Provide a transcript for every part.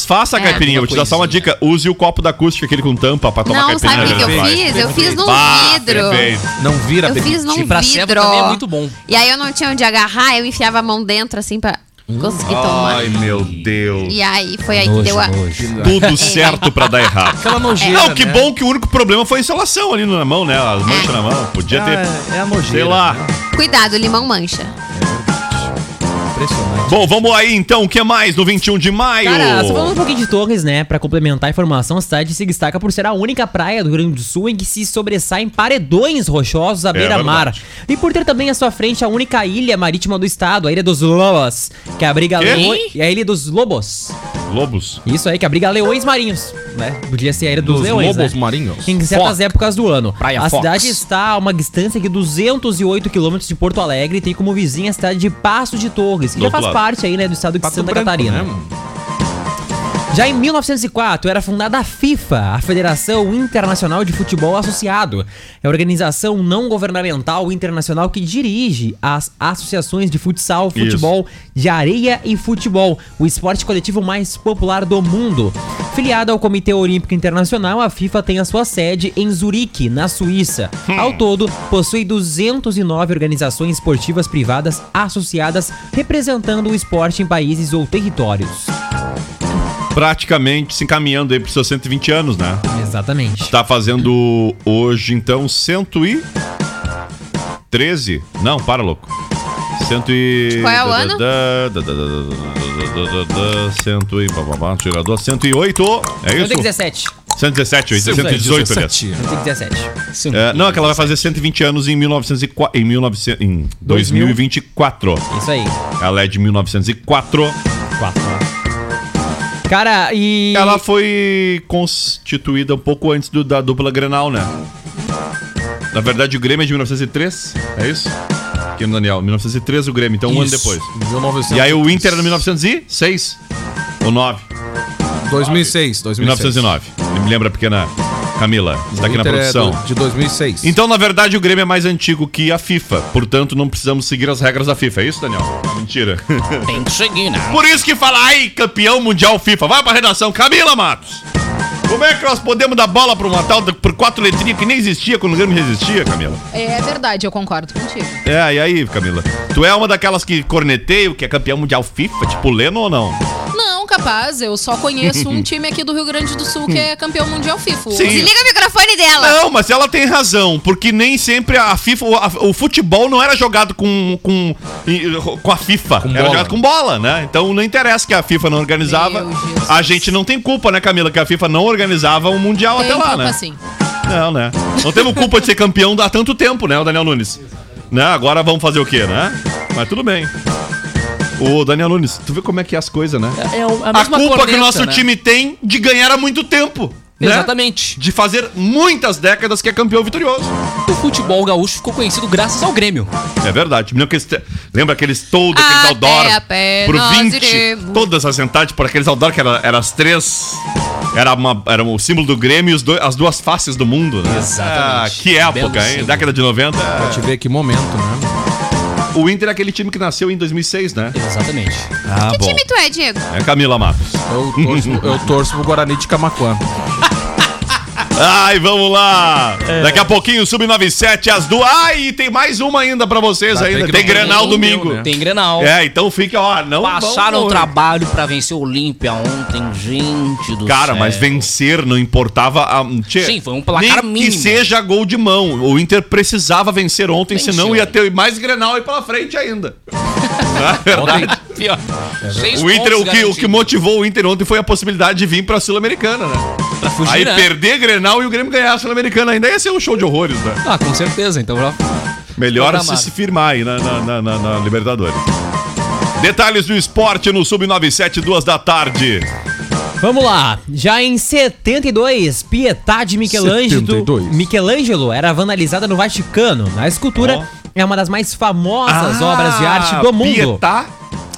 faça a É. caipirinha. Vou te dar só uma Coisinha. dica. Use o copo da acústica, aquele com tampa, pra tomar Não, caipirinha. sabe o que, que na beira eu da praia. fiz? Eu fiz num Bah, vidro. perfeito. Não vira, Eu Benito. fiz num E pra sempre vidro. também é muito bom. E aí eu não tinha onde agarrar, eu enfiava a mão dentro assim pra conseguir tomar. Ai, meu Deus. E É. aí foi aí que deu a. Tudo certo pra dar errado. Aquela nojeira, Não, que né? bom que o único problema foi a instalação ali na mão, né? As manchas na mão. Podia ter. É, é a nojeira. Sei lá. Cuidado, limão mancha. Impressionante. Bom, vamos aí então. O que mais no 21 de maio? Cara, só falando um pouquinho de Torres, né? Pra complementar a informação, a cidade se destaca por ser a única praia do Rio Grande do Sul em que se sobressaem paredões rochosos à beira-mar. verdade. E por ter também à sua frente a única ilha marítima do estado, a Ilha dos Lobos, que abriga Quê? leões... E a Ilha dos Lobos. Lobos. Isso aí, que abriga leões marinhos, né? Podia ser a Ilha dos, Dos Leões, lobos né? marinhos. Em certas Fox. épocas do ano. Praia a Fox. cidade está a uma distância de 208 quilômetros de Porto Alegre e tem como vizinha a cidade de Passo de Torres, que Do já outro faz lado. parte aí, né, do estado de Pato Santa Branco, Catarina. né? Já em 1904 era fundada a FIFA, a Federação Internacional de Futebol Associado. É a organização não governamental internacional que dirige as associações de futsal, Isso. futebol de areia e futebol, o esporte coletivo mais popular do mundo. Filiada ao Comitê Olímpico Internacional, a FIFA tem a sua sede em Zurique, na Suíça. Ao todo, possui 209 organizações esportivas privadas associadas representando o esporte em países ou territórios. Praticamente se encaminhando aí pros seus 120 anos, né? Exatamente. Tá fazendo hoje, então, 113? Não, para, louco. Cento e... Qual é o ano? Da, da, da, da, da, da, da, da, Cento e... pá, pá, pá, Tirador, 108. É isso? 117. 117, 118, aliás. 117. É, não, é que ela vai fazer 120 anos em, 1904, em, 1900, em 2024. Isso aí. Ela é de 1904. Cara, e. Ela foi constituída um pouco antes do, da dupla Grenal, né? Na verdade, o Grêmio é de 1903, é isso? Aqui no Daniel, 1903 o Grêmio, então um ano depois. 1900. E aí o Inter era 1906 ou 9? 2006, 2006. 1909. Me lembra a pequena Camila, está Tá aqui na Inter é produção. do- de 2006. Então, na verdade, o Grêmio é mais antigo que a FIFA, portanto, não precisamos seguir as regras da FIFA, é isso, Daniel? Mentira. Tem que seguir, né? Por isso que fala, ai, campeão mundial FIFA. Vai pra redação, Camila Matos. Como é que nós podemos dar bola pra uma tal da- por quatro letrinhas que nem existia quando o Grêmio existia, Camila? É verdade, eu concordo contigo. É, e aí, Camila? Tu é uma daquelas que corneteio, que é campeão mundial FIFA, tipo Leno ou não? Ah. Não, capaz, eu só conheço um time aqui do Rio Grande do Sul que é campeão mundial FIFA. Sim. Desliga o microfone dela. Não, mas ela tem razão, porque nem sempre a FIFA, o, a- o futebol não era jogado com, com, com a FIFA, era bola. jogado com bola, né? Então não interessa que a FIFA não organizava. Meu Jesus. A gente não tem culpa, né, Camila, que a FIFA não organizava o Mundial Tem um assim. até lá, culpa, né? sim. Não, né? Não temos culpa de ser campeão há tanto tempo, né, o Daniel Nunes? Né? Agora vamos fazer o quê, né? Mas tudo bem. Ô, Daniel Nunes, tu vê como é que é as coisas, né? É o- a, A, mesma culpa que corneta, o nosso né? time tem de ganhar há muito tempo. né? Exatamente. De fazer muitas décadas que é campeão vitorioso. O futebol gaúcho ficou conhecido graças ao Grêmio. É verdade. Lembra aqueles, lembra aqueles todo, aqueles Até outdoor a pé pro nós 20. iremos. Todas as entidades por aqueles outdoor que era, era as três. Era, uma, era o símbolo do Grêmio e os dois- as duas faces do mundo, né? Exatamente. Ah, que época, Belo hein? símbolo. Década de 90. Pra te ver que momento, né? O Inter é aquele time que nasceu em 2006, né? Exatamente. Ah, que time tu é, Diego? É Camila Matos. Eu torço, eu torço pro Guarani de Camacuã. Ai, vamos lá. Daqui a pouquinho, o Sub97, às duas. Ai, e tem mais uma ainda pra vocês Tá, ainda. tem Tem, Grenal Grenal domingo, domingo. né? Tem Grenal. É, então fica, ó, não Passaram vão- o trabalho pra vencer o Olímpia ontem, gente do Cara, céu. mas vencer não importava a. Tchê, Sim, foi um placar nem mínimo. Que seja gol de mão. O Inter precisava vencer ontem, Venceu. senão ia ter mais Grenal aí pela frente ainda. Ontem, pior, seis O Inter, pontos o que, o que garantidos. motivou o Inter ontem foi a possibilidade de vir pra Sul-Americana, né? fugir, Aí né? perder Grenal e o Grêmio ganhar a Sul-Americana ainda ia ser um show de horrores, né? Ah, com certeza. Então já Melhor se, Programado. se firmar aí na, na, na- na- na Libertadores. Detalhes do esporte no Sub-97, duas da tarde. Vamos lá. Já em 72, Pietà de Michelangelo, 72. Michelangelo era vandalizada no Vaticano. A escultura é uma das mais famosas Ah, obras de arte do mundo. Pietà?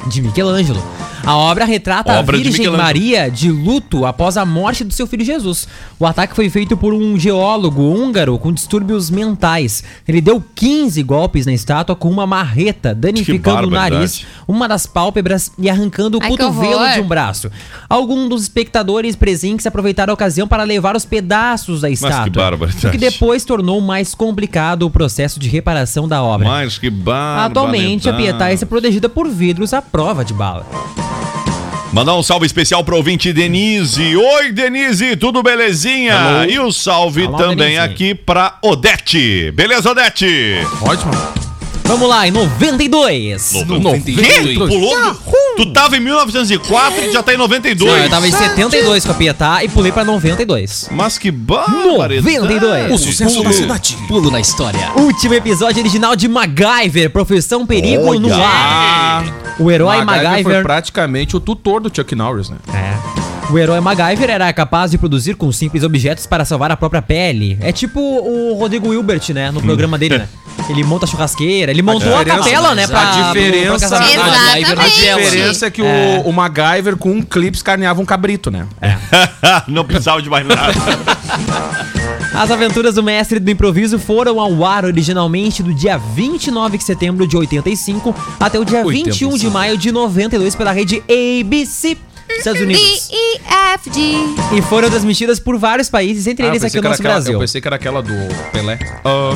de Michelangelo. A obra retrata Obra a de Virgem Michelangelo. Maria de luto após a morte do seu filho Jesus. O ataque foi feito por um geólogo húngaro com distúrbios mentais. Ele deu 15 golpes na estátua com uma marreta, danificando o nariz, barbaridade. uma das pálpebras e arrancando o Ai, que cotovelo horror. de um braço. Alguns dos espectadores presentes aproveitaram a ocasião para levar os pedaços da estátua. que barbaridade. O que depois tornou mais complicado o processo de reparação da obra. Mas que barba. então. Atualmente, a Pietà é protegida por vidros à prova de bala. Mandar um salve especial pro ouvinte Denise. Oi, Denise, tudo belezinha? E o salve Alô, também Denise. aqui pra Odete. Beleza, Odete? Ótimo. Vamos lá, em 92. Quê? Pulou? Tu tava em 1904 e já tá em 92. Não, eu tava em 72 com a Pietá e pulei pra 92. Mas que barbaridade. 92. né? O sucesso da cidade. Pulo na história. Último episódio original de MacGyver, Profissão Perigo no Ah. ar. O herói MacGyver foi MacGyver... praticamente o tutor do Chuck Norris, né? É. O herói MacGyver era capaz de produzir com simples objetos para salvar a própria pele. É tipo o Rodrigo Hilbert, né? No programa dele, né? Ele monta a churrasqueira, ele montou a, diferença- capela, né? a Pra, pro- pro diferença- casamento. Exato. A Exatamente. diferença é que É. O, o MacGyver com um clipe escarneava um cabrito, né? Não precisava de mais nada. As aventuras do mestre do improviso foram ao ar originalmente do dia 29 de setembro de 85 até o dia 21 de maio de 92 pela rede ABC. Estados D, Unidos. E, F, G. E foram transmitidas por vários países, entre Ah, eu eles aqui pensei no que era é nosso aquela- Brasil. Eu pensei que era aquela do Pelé. Ah,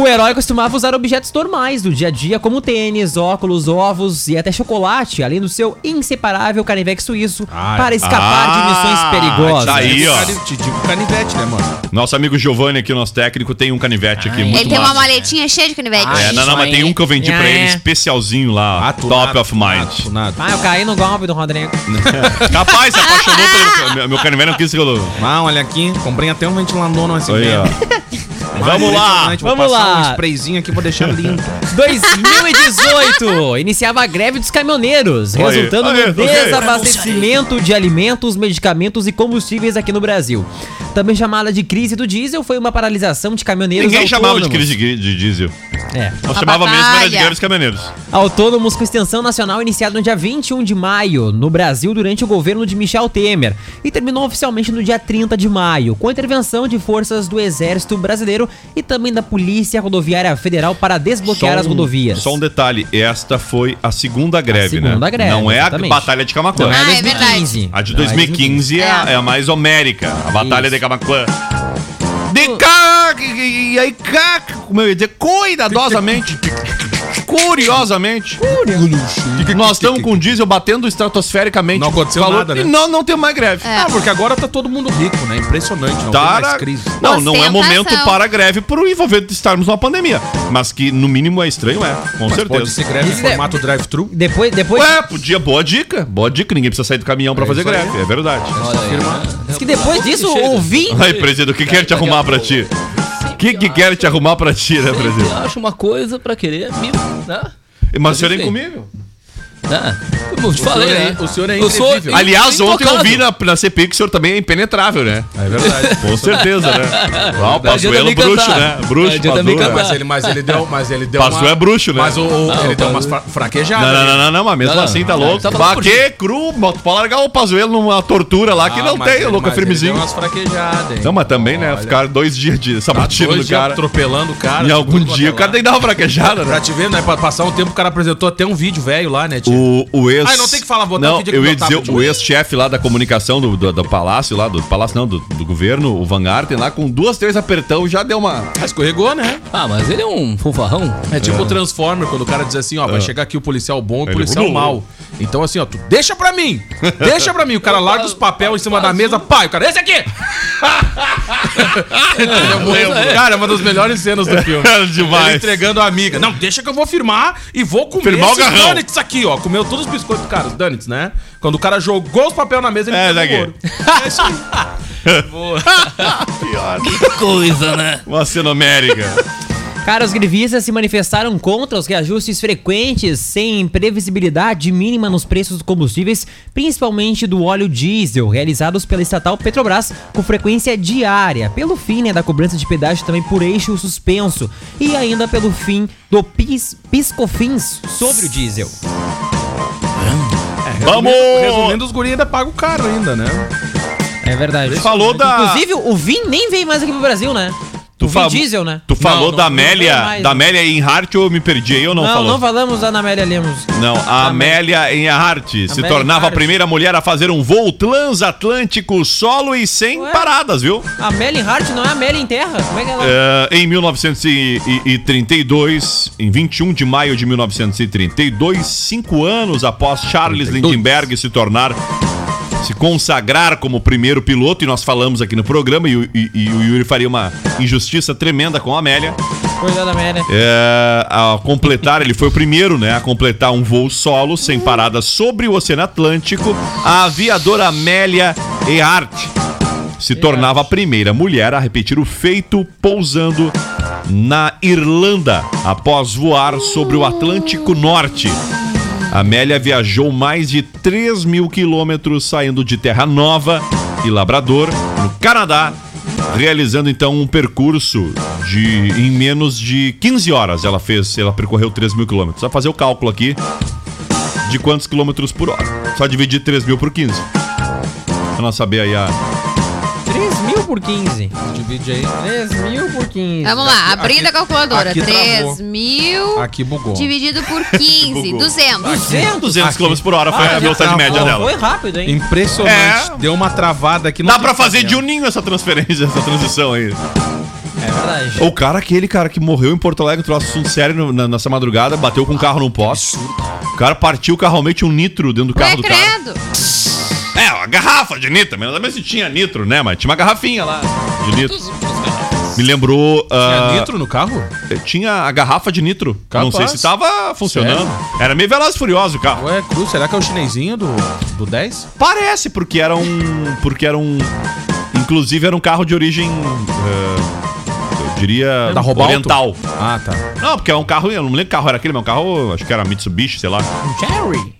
O herói costumava usar objetos normais do dia a dia, como tênis, óculos, ovos e até chocolate, além do seu inseparável canivete suíço, Ai. para escapar de Ah, missões perigosas. tá aí, ó. Cani- Te digo canivete, né, mano? Nosso amigo Giovanni aqui, nosso técnico, tem um canivete aqui muito Ele tem uma massa. maletinha cheia de canivete. Ah, É, não, não, mas tem um que eu vendi pra É. ele especialzinho lá, Top of Mind. Nada. Ah, eu caí no golpe do Rodrigo. Capaz, se apaixonou pelo meu, meu canivete, não quis que eu... Ah, olha aqui, comprei até um ventilador no Aí, ó. SB. Vamos lá. Vou Vamos passar lá. um sprayzinho aqui, vou deixar limpo. 2018 iniciava a greve dos caminhoneiros, Olha aí, resultando olha aí, no ok. desabastecimento de alimentos, medicamentos e combustíveis aqui no Brasil. Também chamada de crise do diesel, foi uma paralisação de caminhoneiros Ninguém chamava de autônomos. crise de, de diesel. É. Nós A chamava mesmo era de batalha. grandes caminhoneiros. Autônomos com extensão nacional iniciado no dia 21 de maio no Brasil durante o governo de Michel Temer e terminou oficialmente no dia 30 de maio, com a intervenção de forças do Exército Brasileiro e também da Polícia Rodoviária Federal para desbloquear Só as um- rodovias. Só um detalhe, esta foi a segunda greve, né? segunda greve, Não é exatamente. a Batalha de Camacuã. Não é Ah, é 2015. A de Não é 2015 é, a- é a mais homérica, a Batalha de Camacuã. De cá, e e aí cá, como eu ia dizer, cuidadosamente, curiosamente, nós estamos com o diesel batendo estratosfericamente. Não aconteceu Valor- nada, né? E não, não tem mais greve. Ah, porque agora tá todo mundo rico, né? Impressionante, não tem mais Tara... crise. Não, não é Ostentação. momento para a greve por envolver estarmos numa pandemia. Mas que no mínimo é estranho, é. Com Mas pode certeza. ser greve em Isso é- formato drive-thru. Depois, depois, Ué, podia, boa dica. Boa dica, ninguém precisa sair do caminhão pra É fazer isso aí. greve, é verdade. diz que depois disso, o Vim Ai, presídio, o que quer te arrumar pra ti? O que, que quer te arrumar pra ti, né, Sempre presídio? acho uma coisa pra querer me. Né? Mas o senhor é Enfim. incomível. Né? Como eu te falei, senhor é- né? o senhor é Eu sou incrível. in- Aliás, ontem eu intocável. vi na, na CPI que o senhor também é impenetrável, né? É verdade. Com certeza, né? Ah, o Não adianta Pazuello nem bruxo, né? cantar. Bruxo, né? Não adianta nem Pazuello. cantar. Mas ele, mas ele deu, mas ele deu Passou é bruxo, né? Mas o, o- ele deu umas fra- Não, fraquejadas. não, não, né? não, não, mas mesmo Não, não, assim tá não, louco. tá falando por Baquê cru, bota pra largar o Pazuello numa tortura lá que Ah, não mas tem, ele- o louco é mas ele firmezinho. Deu umas fraquejadas, hein? Não, mas também, né? Olha, Ficar dois dias né? de tá sabatino dois do dias cara. atropelando o cara. E de algum tudo quanto dia é o cara lado. tem que dar uma fraquejada, né? Pra te ver, né? Pra passar um tempo, o cara apresentou até um vídeo velho lá, né? tio? O, o ex. Ah, não tem que falar, votar, Não, que dia que um eu ia votar, dizer, futebol. o ex-chefe lá da comunicação do, do, do palácio, lá do palácio não, do, do governo, o Van Garten, lá com duas, três apertão, já deu uma. Escorregou, né? Ah, mas ele é um fofarrão. É tipo o É. Transformer, quando o cara diz assim, ó, vai É. chegar aqui o policial bom e o Ele- policial mau. Então assim, ó, tu deixa pra mim! Deixa pra mim! O cara larga os papéis em cima da mesa, pai, o cara, esse aqui! Eu lembro. Cara, é uma das melhores cenas do filme. É demais. Ele entregando a amiga. Não, deixa que eu vou firmar e vou comer Firmar o garrão. donuts aqui, ó. Comeu todos os biscoitos, cara, os donuts, né? Quando o cara jogou os papéis na mesa, ele É, daqui. ouro. É isso aí. Boa. Pior. coisa, né? Uma cenomérica. Cara, os grevistas se manifestaram contra os reajustes frequentes, sem previsibilidade mínima nos preços dos combustíveis, principalmente do óleo diesel, realizados pela estatal Petrobras com frequência diária, pelo fim né, da cobrança de pedágio também por eixo suspenso e ainda pelo fim do pis, piscofins sobre o diesel. Vamos! Resumindo, os guris ainda pagam caro ainda, né? É verdade. Falou da- Inclusive, o VIN nem veio mais aqui pro Brasil, né? o VIN fa- diesel, né? Tu falou da não Amélia, tem mais, da né? Amélia em Hart ou eu me perdi aí ou não, não, falou? não falamos da Amélia Lemos. Não, a Amélia Earhart se Amélia tornava a Earhart. primeira mulher a fazer um voo transatlântico solo e sem paradas, viu? A Amélia em Hart não é a Amélia em Terra? Como é que ela... É, em 1932, em 21 de maio de 1932, cinco anos após Charles Lindbergh se tornar, se consagrar como primeiro piloto, e nós falamos aqui no programa, e, o- e- e o Yuri faria uma injustiça tremenda com a Amélia. Coisa da Amélia. É, a completar, ele foi o primeiro, né, a completar um voo solo sem parada sobre o Oceano Atlântico, a aviadora Amélia Earhart se tornava a primeira mulher a repetir o feito pousando na Irlanda após voar sobre o Atlântico Norte. Amélia viajou mais de 3 mil quilômetros saindo de Terra Nova e Labrador, no Canadá, realizando então um percurso de em menos de 15 horas ela fez, ela percorreu 3 mil quilômetros. Só fazer o cálculo aqui de quantos quilômetros por hora. Só dividir 3 mil por 15. Pra nós saber aí a. 3 mil por 15. Divide aí. 3 mil por 15. Vamos lá, abrindo a calculadora. aqui travou. 3 mil Aqui bugou. dividido por 15, Bugou. 200. 200 km por hora foi Ah, a velocidade já média travou. dela. Foi rápido, hein? Impressionante. Deu uma travada aqui. não É. Dá tem pra fazer cabelo. de um uninho essa transferência, essa transição aí. É verdade. O cara, aquele cara que morreu em Porto Alegre, trouxe assunto sério no- na, nessa madrugada, bateu com o carro num poste. O cara partiu carralmente um nitro dentro do carro do cara. é Credo. É, uma garrafa de nitro, mas não lembro se tinha nitro, né? Mas tinha uma garrafinha lá de nitro. Me lembrou. ah, Tinha nitro no carro? Tinha a garrafa de nitro. Capaz. Não sei se tava funcionando. Era meio veloz e furioso o carro. Ué, Cruz, será que é o chinesinho do, do 10? Parece, porque era um. Porque era um. Inclusive era um carro de origem. eh, eu diria. Da Robalto? Oriental. Ah, tá. Não, porque é um carro. Eu não lembro que carro era aquele, mas um carro. Acho que era Mitsubishi, sei lá. Cherry.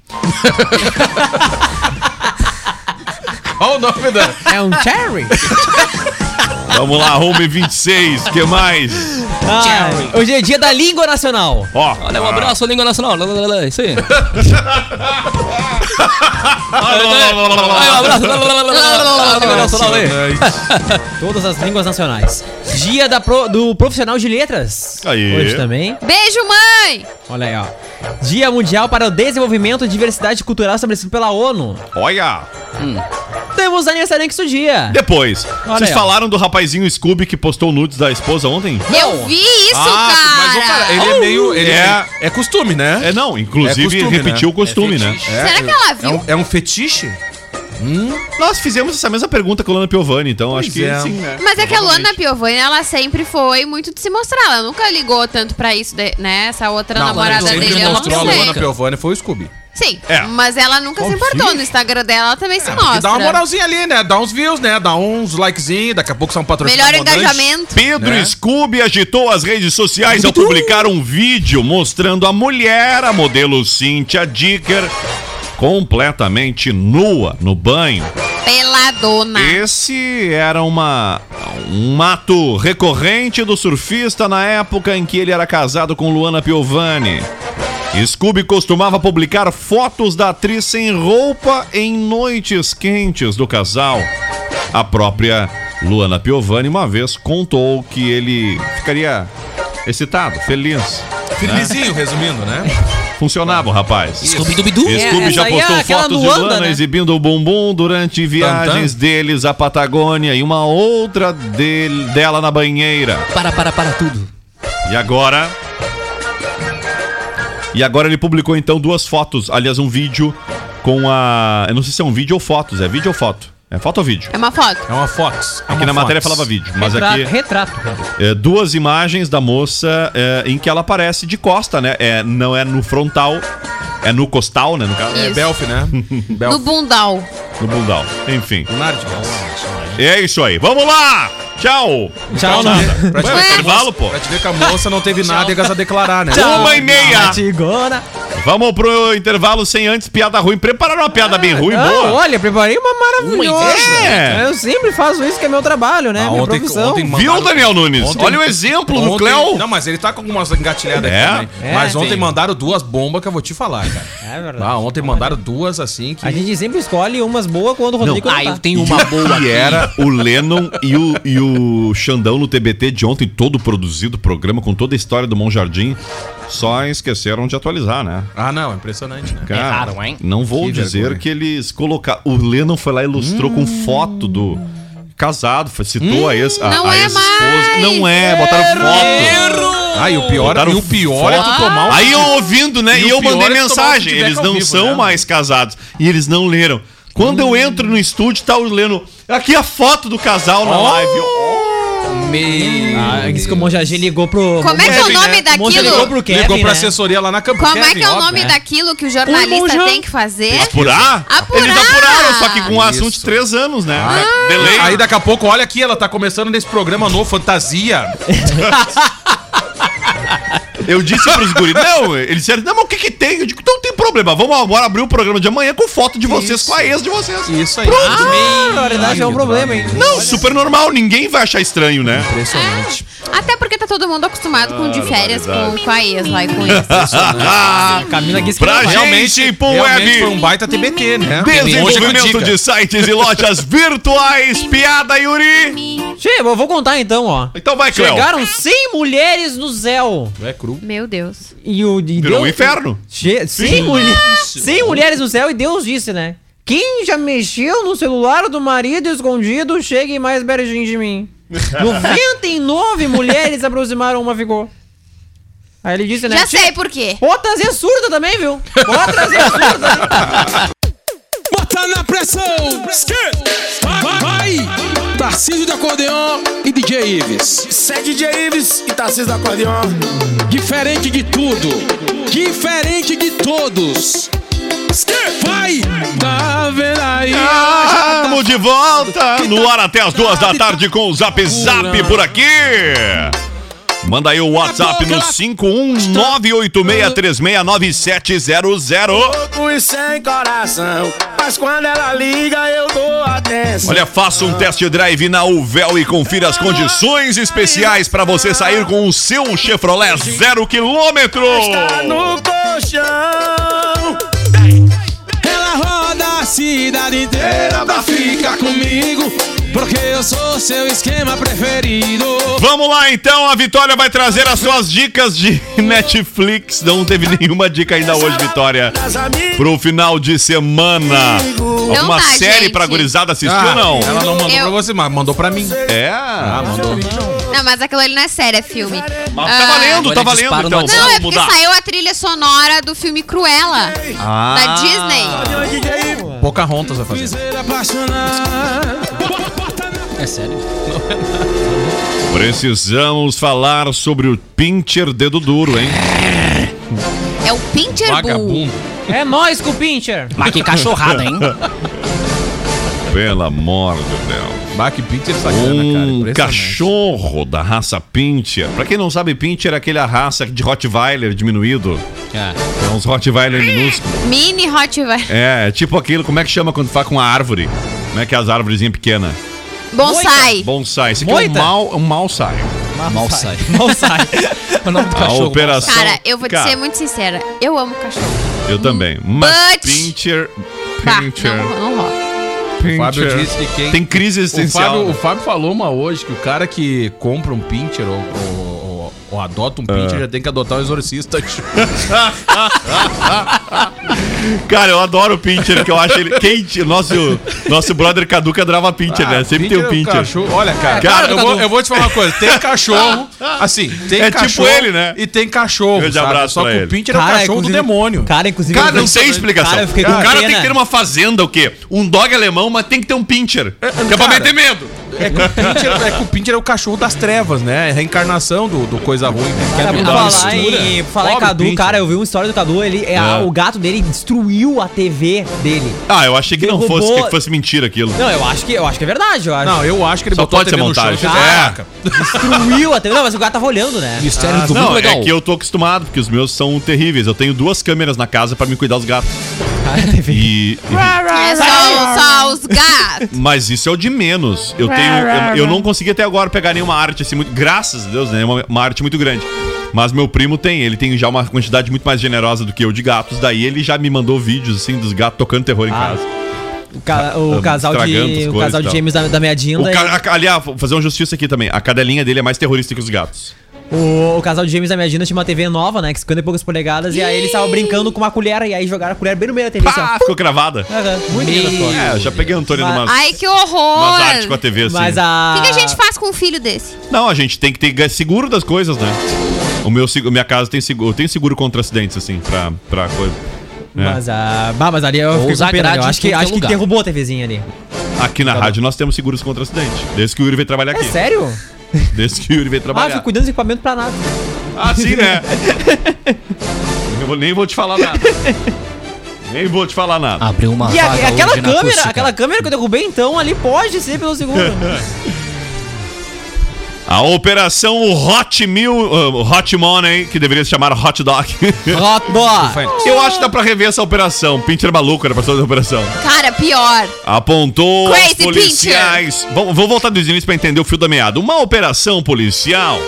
Olha o nome da. É um cherry? Vamos lá, Home 26. que mais? Ah, hoje é dia da língua nacional. Ó. Olha, um abraço, língua nacional. Lá, lá, lá, lá, Isso aí. Aí, um abraço. Lá, lá, lá, lá, lá, lá, Língua nacional aí. Todas as línguas nacionais. Dia da pro- do profissional de letras. Aí. Hoje também. Beijo, mãe! Olha aí, ó. Dia Mundial para o Desenvolvimento e Diversidade Cultural estabelecido pela ONU. Olha! Temos aniversariante do dia. Depois, Olha vocês aí, ó. falaram do rapazinho Scooby que postou nudes da esposa ontem? Eu vi isso, Ah, mas, ô, cara! cara, ele é meio. Ele É. é, é costume, né? É não, inclusive repetiu o costume, né? Será que ela viu? É um, é um fetiche? Nós fizemos essa mesma pergunta com a Lana Piovani, então acho que é. sim, né? Mas é que a Luana Piovani, ela sempre foi muito de se mostrar. Ela nunca ligou tanto pra isso, de- né? Essa outra namorada quem dele, eu não mostrou a Luana sei. Piovani foi o Scooby. Sim, É. mas ela nunca se importou. No Instagram dela, ela também se E mostra. dá uma moralzinha ali, né? Dá uns views, né? Dá uns likezinhos, daqui a pouco são patrocinados. Melhor engajamento. Pedro Scooby agitou as redes sociais ao publicar um vídeo mostrando a mulher, a modelo Cynthia Dicker, completamente nua no banho. Peladona. Esse era uma, um ato recorrente do surfista na época em que ele era casado com Luana Piovani. Scooby costumava publicar fotos da atriz sem roupa em noites quentes do casal. A própria Luana Piovani uma vez contou que ele ficaria excitado, feliz. né? Firmezinho, resumindo, né? funcionava, o rapaz. Scooby-Dooby-Doo. Isso. Scooby É, essa já aí é postou aquela fotos de Luanda, Lana né? exibindo o bumbum durante viagens deles à Patagônia e uma outra dele- dela na banheira. Para, para, para tudo. Então, E agora. E agora ele publicou então duas fotos, aliás, um vídeo com a. Eu não sei se é um vídeo ou fotos, é vídeo ou foto? É foto ou vídeo? É uma foto. É uma foto. Aqui na matéria falava vídeo, mas É retrato, aqui. Retrato, cara. É, duas imagens da moça é, em que ela aparece de costa, né? É, não é no frontal, é no costal, né? No caso. Isso. É Belf, né? É No bundal. no bundal. Enfim. É isso aí. Vamos lá! Tchau! Tchau, não. nada. Pra te, ver- intervalo, pô. pra te ver que a moça não teve nada e a declarar, né? Uma e meia. Vamos pro intervalo sem antes piada ruim. Prepararam uma piada bem ruim, Ah, boa? olha, preparei uma maravilhosa. É. Eu sempre faço isso que é meu trabalho, Ah, né? minha profissão. Viu, Daniel Nunes? Olha o exemplo do Cleo. Não, mas ele tá com algumas engatilhadas É? aqui também. É, mas sim. ontem mandaram duas bombas que eu vou te falar, cara. É verdade. Ah. ontem mandaram duas assim que. A gente sempre escolhe umas boas quando o Rodrigo não, tá. E era o Lennon e o, e o Xandão no TBT de ontem, todo produzido, programa com toda a história do Mão Jardim. Só esqueceram de atualizar, né? Ah, não, impressionante, né? Cara, Não vou Que dizer vergonha. que eles colocaram. O Lennon foi lá e ilustrou com foto do. Casado, foi- citou a, ex, a, não a é esposa. Não é, botaram foto. Ah, e o pior, Botaram e o pior é tu foto. tomar um- Aí eu ouvindo, né? E E, o eu pior mandei é tu tomar um mensagem. feedback Eles ao não vivo, são né? Hum. mais casados. E eles não leram. Quando eu entro no estúdio, tá o Leno. Aqui a foto do casal na Oh! live. Meu. Ah, isso que o Monjagê ligou pro. né? Como é que é o nome O Monja daquilo? ligou pro Kevin, Ligou pra né? assessoria lá na campanha. né? Como é que é o nome daquilo que o Ô, jornalista Monja. tem que fazer? Apurar? Apurar. Eles apuraram, só que com um assunto de três anos, né? Delay. Ah. Aí daqui a pouco, olha aqui, ela tá começando nesse programa novo, Fantasia. Eu disse pros guris, não, eles disseram, não, mas o que que tem? Eu digo, não tem problema, vamos agora abrir o programa de amanhã com foto de vocês, com a ex de vocês. Isso aí. Pronto. Ah, Na verdade é um problema, hein? Não, super normal, ninguém vai achar estranho, né? Impressionante. Até porque tá todo mundo acostumado com de férias com, verdade. com a ex lá e com isso. Ah, Camila Guiz pra gente, Pum realmente foi um Web, baita TBT, né? Hoje é com desenvolvimento dica. de sites e lojas virtuais, piada, Yuri. Che, eu vou contar então, ó. Então vai, Cleo. Chegaram 100 mulheres no céu. É cru. Meu Deus. E o. E Virou um inferno. Che, 100, mulher, 100 mulheres no céu e Deus disse, né? Quem já mexeu no celular do marido escondido, chegue mais pertinho de mim. 99 mulheres se aproximaram, uma ficou. Aí ele disse, né? Já "Che, sei por quê. Vou trazer surda também, viu? Vou trazer surda. Bota na pressão! Vai, vai! Tarcísio do acordeon e DJ Ives. Sete DJ Ives e Tarcísio da Acordeon. Diferente de tudo, diferente de todos. Vai! Tá vendo aí? Estamos de volta no ar até as duas da tarde com o Zap Zap por aqui. Manda aí o WhatsApp no 51986369700. Louco e sem coração, mas quando ela liga eu dou atenção. Olha, faça um test drive na Uvel e confira as condições especiais para você sair com o seu Chevrolet zero quilômetro. Tá no colchão. Ela roda a cidade inteira pra ficar comigo. Porque eu sou seu esquema preferido. Vamos lá então, a Vitória vai trazer as suas dicas de Netflix. Não teve nenhuma dica ainda hoje, Vitória. Das amigas. Pro final de semana. Alguma tá, série gente. pra gurizada assistir Ah, ou não? Ela Ah, tá não mandou Eu- pra você, mas mandou pra mim. É. Não, mas aquilo ali não é sério, é filme. Mas Ah, tá valendo, tá Olha, valendo disparo então. no Não, vamos é porque saiu a trilha sonora do filme Cruella, Ah. da Disney. Pouca rontas vai fazer. Ser apaixonar. É sério? Precisamos falar sobre o Pincher Dedo Duro, hein? É o Pinter Bull. Vagabundo. É nóis, Cupincher. Mas que cachorrada, hein? Pelo amor de Deus. Back Peter sacana, Tá cara. Um Impressionante. cachorro da raça Pincher. Pra quem não sabe, Pincher é aquele a raça de Rottweiler diminuído. É uns Rottweiler minúsculos. Mini Hotwire. É, tipo aquilo, como é que chama quando faz com a árvore? Como é que é as árvorezinhas pequenas? Bonsai. Bonsai. Esse aqui é um Moita? mal, um mal sai. Mal sai. Não sai. O nome do A cachorro. operação. Cara, eu vou te Cara, ser muito sincera. Eu amo cachorro. Eu também. Mas But- Pincher. Bah, Pincher. não, não rola. Pincher. O Fábio disse que quem... Tem crise o existencial. Fábio, o Fábio falou uma hoje que o cara que compra um Pinter ou, ou- ou- Ó, adota um pincher, Ah. já tem que adotar um exorcista. Cara, eu adoro o Pinter, que eu acho ele quente. Nosso, nosso brother Cadu cadrava Pinter, né? Sempre tem o Pinter é o Pinter. cachorro- Olha, cara, cara, tá eu, vou, eu vou te falar uma coisa. Tem cachorro, assim, tem É tipo cachorro. ele, né? E tem cachorro. Grande sabe? abraço Só pra que ele. o Pinter é o Cara, cachorro do inclusive- demônio. Cara, inclusive. Cara, não tem explicação. Cara, eu fiquei com o cara pena. tem que ter uma fazenda, o quê? Um dog alemão, mas tem que ter um pincher. que é pra cara, meter medo. É que, o Pinter, é que o Pinter é o cachorro das trevas, né? É a reencarnação do, do coisa ruim. né? Cara, Quer por mudar a falar mistura. em, por falar em Pobre Cadu, Pinter. cara, eu vi uma história do Cadu, ele, é. a- Ah. o gato dele destruiu a TV dele. Ah, eu achei que não Derrubou- fosse, que fosse mentira aquilo. Não, eu acho que, eu acho que é verdade, eu acho. Não, eu acho que ele Só botou a pode ser TV no chão e montagem. fez- "Ah, É. Destruiu a TV. Não, mas o gato tava olhando, né? Ah, não, é que eu tô acostumado, porque os meus são terríveis. Eu tenho duas câmeras na casa pra me cuidar dos gatos. E, É só, só os gatos. Mas isso é o de menos. Eu tenho. Eu, eu não consegui até agora pegar nenhuma arte assim muito. Graças a Deus, né? Uma, uma arte muito grande. Mas meu primo tem, ele tem já uma quantidade muito mais generosa do que eu de gatos. Daí ele já me mandou vídeos assim dos gatos tocando terror em casa. O, ca- o Ah, casal estragando as de, o coisas casal e de tal. gêmeos da, da minha O Dinda. ca- a- aliás, vou fazer uma justiça aqui também. A cadelinha dele é mais terrorista que os gatos. O, o casal de gêmeos da minha Dinda tinha uma TV nova, né? Que 50 e poucas polegadas. E aí eles estavam brincando com uma colher. E aí jogaram a colher bem no meio da TV. assim, ó. Ah, ficou cravada. Aham, muito linda a foto. É, já peguei a Antônia numa. Ai, que umas artes com a horror. TV, assim. Mas a- O que, que a gente faz com um filho desse? Não, a gente tem que ter seguro das coisas, né? O meu, seg- minha casa tem seguro, eu tenho seguro contra acidentes, assim, pra, pra coisa. né? Mas, a... bah, mas ali eu Ou fiquei usar com pena, grade eu em acho que, tudo que é acho que lugar. derrubou a TVzinha ali. Aqui na rádio nós temos seguros contra acidente. Desde que o Yuri veio trabalhar Tá É aqui. sério? Desde que o Yuri Ah, veio eu trabalhar. fico cuidando dos equipamentos pra nada. Ah, sim, né? Eu vou- nem vou te falar nada. nem vou te falar nada. Abriu uma E a- aquela câmera, aquela câmera que eu derrubei, então, ali pode ser pelo segundo. A operação Hot Mil, uh, Hot Money, que deveria se chamar Hot Dog. Hot Dog. Eu acho que dá pra rever essa operação. Pinter maluco era pra fazer a operação. Cara, pior. Apontou Crazy os policiais. Vamos, vou voltar dos início pra entender o fio da meada. Uma operação policial.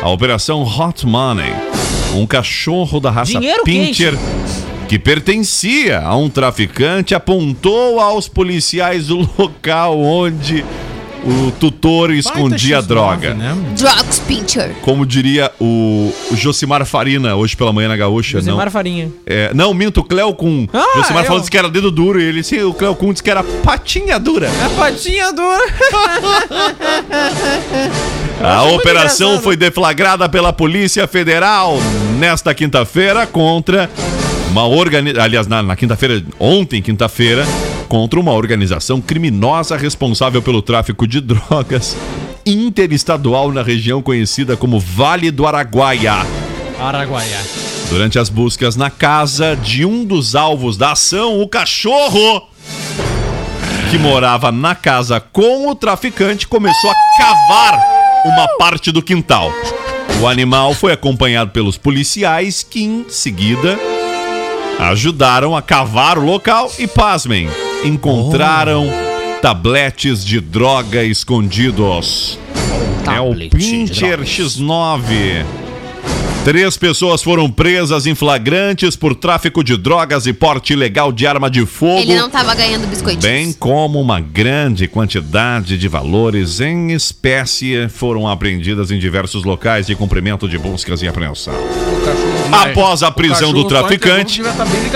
A operação Hot Money. Um cachorro da raça Dinheiro Pinter quente. que pertencia a um traficante apontou aos policiais o local onde o tutor escondia a droga. né? Drugs Pincher. Como diria o, o Josimar Farina hoje pela manhã na Gaúcha, Josimar não? Farinha. É, não, minto, o Cleo Kuhn. Ah, Josimar eu- falou disse que era dedo duro e ele sim, o Cleo Kuhn disse que era patinha dura. A patinha dura. A operação foi deflagrada pela Polícia Federal nesta quinta-feira contra uma organização. Aliás, na, na quinta-feira, ontem, quinta-feira, contra uma organização criminosa responsável pelo tráfico de drogas interestadual na região conhecida como Vale do Araguaia. Araguaia. Durante as buscas na casa de um dos alvos da ação, o cachorro que morava na casa com o traficante começou a cavar uma parte do quintal. O animal foi acompanhado pelos policiais que, em seguida, ajudaram a cavar o local e, pasmem, encontraram tabletes de droga escondidos. É o Pincher X9. Três pessoas foram presas em flagrantes por tráfico de drogas e porte ilegal de arma de fogo. Ele não tava ganhando biscoitinho. Bem como uma grande quantidade de valores em espécie foram apreendidas em diversos locais de cumprimento de buscas e apreensão. Após a prisão do traficante,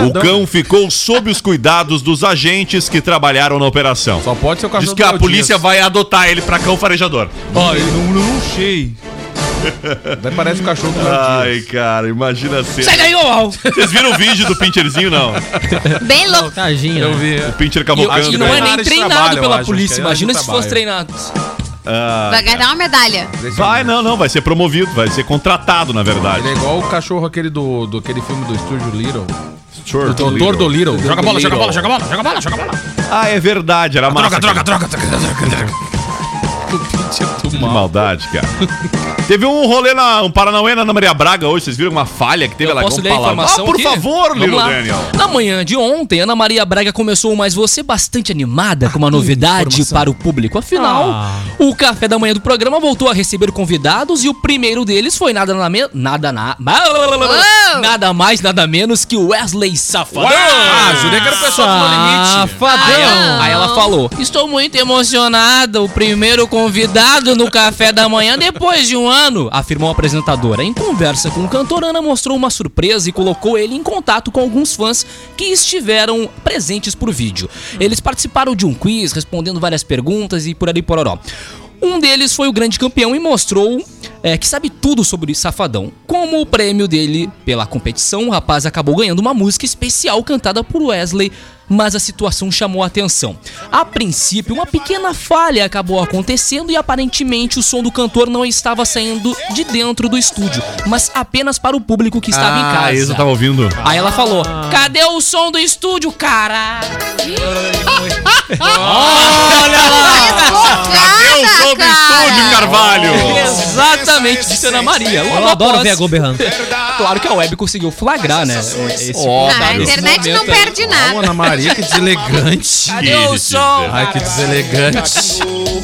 o cão ficou sob os cuidados dos agentes que trabalharam na operação. Só é- pode ser o Diz que a polícia vai adotar ele pra cão farejador. Ó, eu não, não sei. Daí parece o cachorro do Ai, cara, imagina a cena. Sai daí, ô, mal! Vocês viram o vídeo do Pincherzinho, não? Bem louco. Tadinho. Eu vi. O Pincher E cavocando. acho que não é né? nem treinado trabalho, eu pela acho, polícia. que é Imagina área se de fosse trabalho. treinado. Ah, Vai ganhar uma medalha. é. Vai, não, não, vai ser promovido, vai ser contratado, na verdade. Ele é igual o cachorro aquele do, do aquele filme do Estúdio Little. Stuart do Doutor do Little. Joga bola, joga bola, joga bola. Joga bola, joga bola. Ah, é verdade, era massa. droga, cara. Que maldade, cara. teve um rolê na um Paranauê na Ana Maria Braga hoje, vocês viram uma falha que teve Eu ela posso com ler a palavra. informação Ah, por aqui? favor, Vamos Lilo lá. Daniel. Na manhã de ontem, Ana Maria Braga começou o Mais Você bastante animada com uma novidade para o público. Afinal, Ah. o café da manhã do programa voltou a receber convidados e o primeiro deles foi nada na me... nada na... nada mais, nada menos que o Wesley Safadão. Ah, jurei que era o pessoal do No Limite. Aí ela- Aí ela falou: Estou muito emocionada. O primeiro convidado no café da manhã depois de um ano, afirmou a apresentadora. Em conversa com o cantor, Ana mostrou uma surpresa e colocou ele em contato com alguns fãs que estiveram presentes por vídeo. Eles participaram de um quiz, respondendo várias perguntas e por ali pororó. Um deles foi o grande campeão e mostrou é, que sabe tudo sobre Safadão. Como o prêmio dele pela competição, o rapaz acabou ganhando uma música especial cantada por Wesley, mas a situação chamou a atenção. A princípio, uma pequena falha acabou acontecendo e aparentemente o som do cantor não estava saindo de dentro do estúdio, mas apenas para o público que estava em Ah, casa. isso eu tava ouvindo. Aí ela falou: Cadê o som do estúdio, cara? Olha lá! Cadê o som do estúdio, Carvalho? Exatamente, disse Ana Maria. Eu adoro ver a Globo errando. Claro que a web conseguiu flagrar, né? Esse Ah, tá, a internet não é perde nada. Ana Maria, que deselegante. Cadê o Ele som, se- Ai, que deselegante.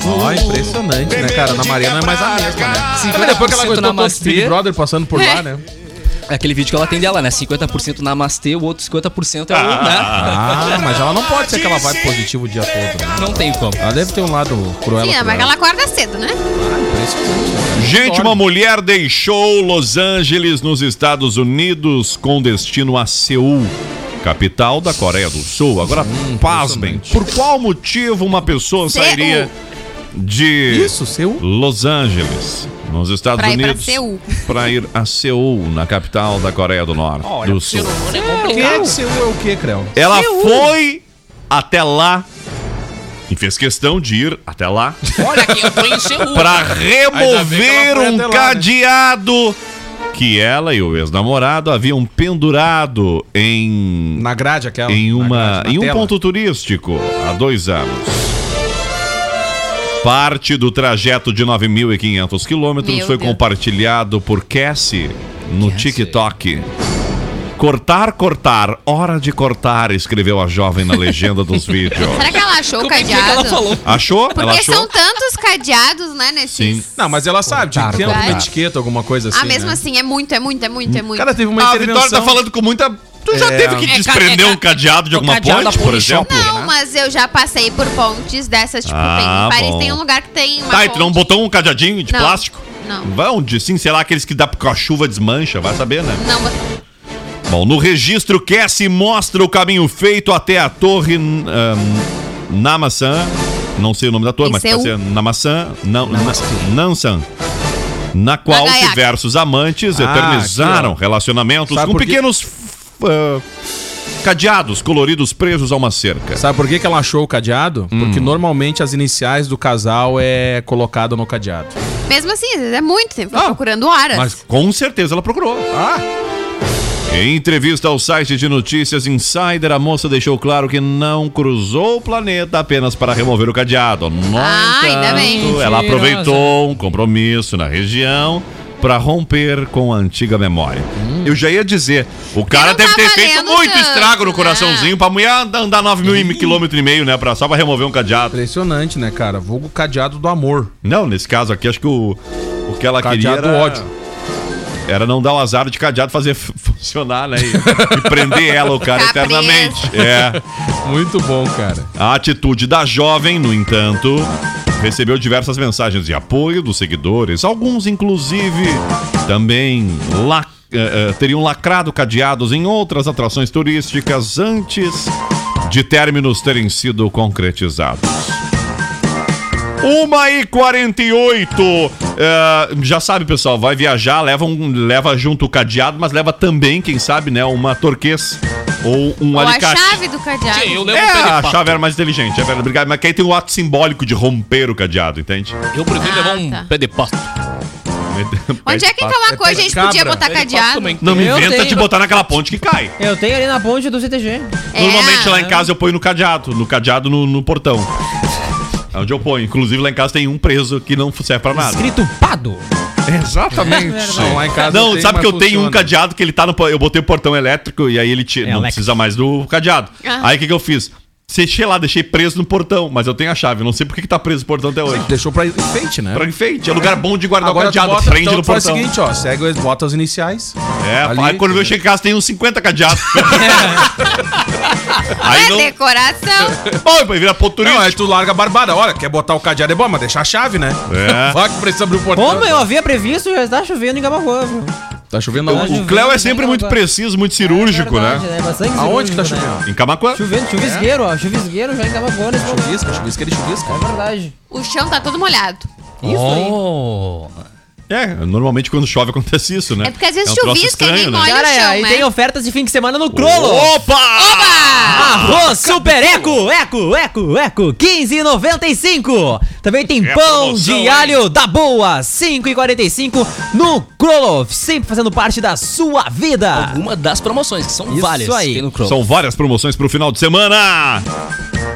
Ó, impressionante, né, cara? Ana Maria não é mais a mesma, né? Mas depois que ela gostou tanto do Big Brother passando por lá, né? É aquele vídeo que ela tem dela, né? 50% namastê, o outro 50% é o, né? Ah, mas ela não pode ser aquela vibe positiva o dia todo. Né? Não tem como. Ela deve ter um lado cruel. Sim, é, mas ela acorda cedo, né? Gente, uma mulher deixou Los Angeles, nos Estados Unidos, com destino a Seul, capital da Coreia do Sul. Agora, pasmem, por qual motivo uma pessoa Seul. sairia de Los Angeles, nos Estados Pra ir pra Unidos, Seul. para ir a Seul, na capital da Coreia do Norte, do Sul? Quem é que seu é o que, Creu? Ela Seul. foi até lá e fez questão de ir até lá Olha que eu conheci o. para Ainda bem que ela remover foi um até lá, né? cadeado que ela e o ex-namorado haviam pendurado em na grade aquela em uma grade, na em um tela. ponto turístico há dois anos. Parte do trajeto de 9.500 quilômetros Meu foi Deus. compartilhado por Cassie no TikTok. Cortar, cortar, hora de cortar, escreveu a jovem na legenda dos vídeos. Será é que ela achou o cadeado? Achou? Porque Ela achou? são tantos cadeados, né, nesse. Sim. Não, Ah, mas ela sabe, tinha que ter Cortaram, alguma cortaram. etiqueta, alguma coisa assim. ah, mesmo né? assim, é muito, é muito, é muito, é muito. Cara, teve uma tá intervenção. com muita. Tu já É. teve que desprender um cadeado de alguma cadeado da ponte, por Polishop, exemplo? Não, mas eu já passei por pontes dessas, tipo, tem, Né? Ah, em Paris bom. tem um lugar que tem uma Tá, e tu não ponte- botou um cadeadinho de Não, plástico? Não, Vai onde? Sim, sei lá, aqueles que dá com a chuva desmancha, vai saber, né? não botei. Bom, no registro Cassie mostra o caminho feito até a torre na maçã. Não sei o nome da torre, Em mas pode Seul. ser na maçã. Não, na, Nansan. Na qual Nagayak. diversos amantes Ah, eternizaram aqui, ó. relacionamentos Sabe com por quê? pequenos f- ah, cadeados coloridos presos a uma cerca. Sabe por que, que ela achou o cadeado? Hum. Porque normalmente as iniciais do casal é colocado no cadeado. Mesmo assim, às vezes é muito tempo, Ah, procurando horas. com certeza ela procurou. Ah! Em entrevista ao site de notícias Insider, a moça deixou claro que não cruzou o planeta apenas para remover o cadeado. No Ah, ainda bem. entanto, ela Mentirosa. aproveitou um compromisso na região para romper com a antiga memória. Eu já ia dizer, o cara Hum. não deve tá ter feito valendo muito tanto, estrago no né? coraçãozinho pra mulher andar- andar 9 mil quilômetros e meio, né? Pra, só pra remover um cadeado. Impressionante, né, cara? Vulgo cadeado do amor. Não, nesse caso aqui, acho que o, o que ela Cadeado queria era... ódio. Era não dar o azar de cadeado fazer f- funcionar, né? E, e prender ela, o cara, Ficar eternamente. preso. É. Muito bom, cara. A atitude da jovem, no entanto, recebeu diversas mensagens de apoio dos seguidores. Alguns, inclusive, também lac- eh, eh, teriam lacrado cadeados em outras atrações turísticas antes de términos terem sido concretizados. 1h48. eh, já sabe, pessoal, vai viajar, leva, um- leva junto o cadeado, mas leva também, quem sabe, né, uma torquês ou um Ou a alicate. chave do cadeado. Sim, eu É, a chave era mais inteligente, é verdade. Obrigado. Mas que aí tem o ato simbólico de romper o cadeado, entende? Eu prefiro levar um pé de pasto. Onde é que então uma coisa a gente podia tá botar cadeado? Não me Eu inventa tenho. de botar naquela ponte que cai. Eu tenho ali na ponte do CTG. É Normalmente lá em casa eu ponho no cadeado, no cadeado no, no portão. É onde eu ponho. Inclusive lá em casa tem um preso que não serve pra nada. Escrito Pado. Exatamente. Não, lá em casa Não, tem, sabe mas que eu tenho um funciona. cadeado que ele tá no. po- Eu botei o portão elétrico e aí ele tira. não elétrico. precisa mais do cadeado. Ah. Aí o que, que eu fiz? Deixei lá, deixei preso no portão, mas eu tenho a chave, não sei por que, que tá preso no portão até hoje. Deixou pra enfeite, né? Pra enfeite, é lugar bom de guardar Agora o tu cadeado, bota- prende então no tu faz portão. o seguinte, ó, segue, bota os iniciais. é, aí quando eu chego em casa tem uns 50 cadeados. É aí não... decoração. Bom, depois vira ponto turístico. Não, é, tipo, aí tu larga a barbada. Olha, quer botar o cadeado é bom, mas deixa a chave, né? É. Vai que precisa abrir o portão. Como eu havia previsto, já está chovendo em Gabarroa, viu? Tá chovendo Tá O, o Cléo é sempre muito preciso, muito cirúrgico, É né? bastante Aonde que tá cirúrgico, né? chovendo? Em Camacuã. Chovendo, chuvisqueiro, ó. Chuvisqueiro já em Gabarroa nesse momento. Chuvisca, chuvisca, ele chuvisca. É verdade. O chão tá todo molhado. Oh. É, normalmente quando chove acontece isso, né? É porque às vezes um troço chuvisca e estranho, nem né? molha. Cara, no chão, aí né? tem ofertas de fim de semana no Crolo. Opa! Ah! Arroz Super Eco, Eco, Eco, Eco, 15,95. Também tem É pão promoção, de hein? alho da boa, 5,45 no Crolo. Sempre fazendo parte da sua vida. Alguma das promoções, que são Isso várias que aí. tem no Chrome. São várias promoções pro final de semana.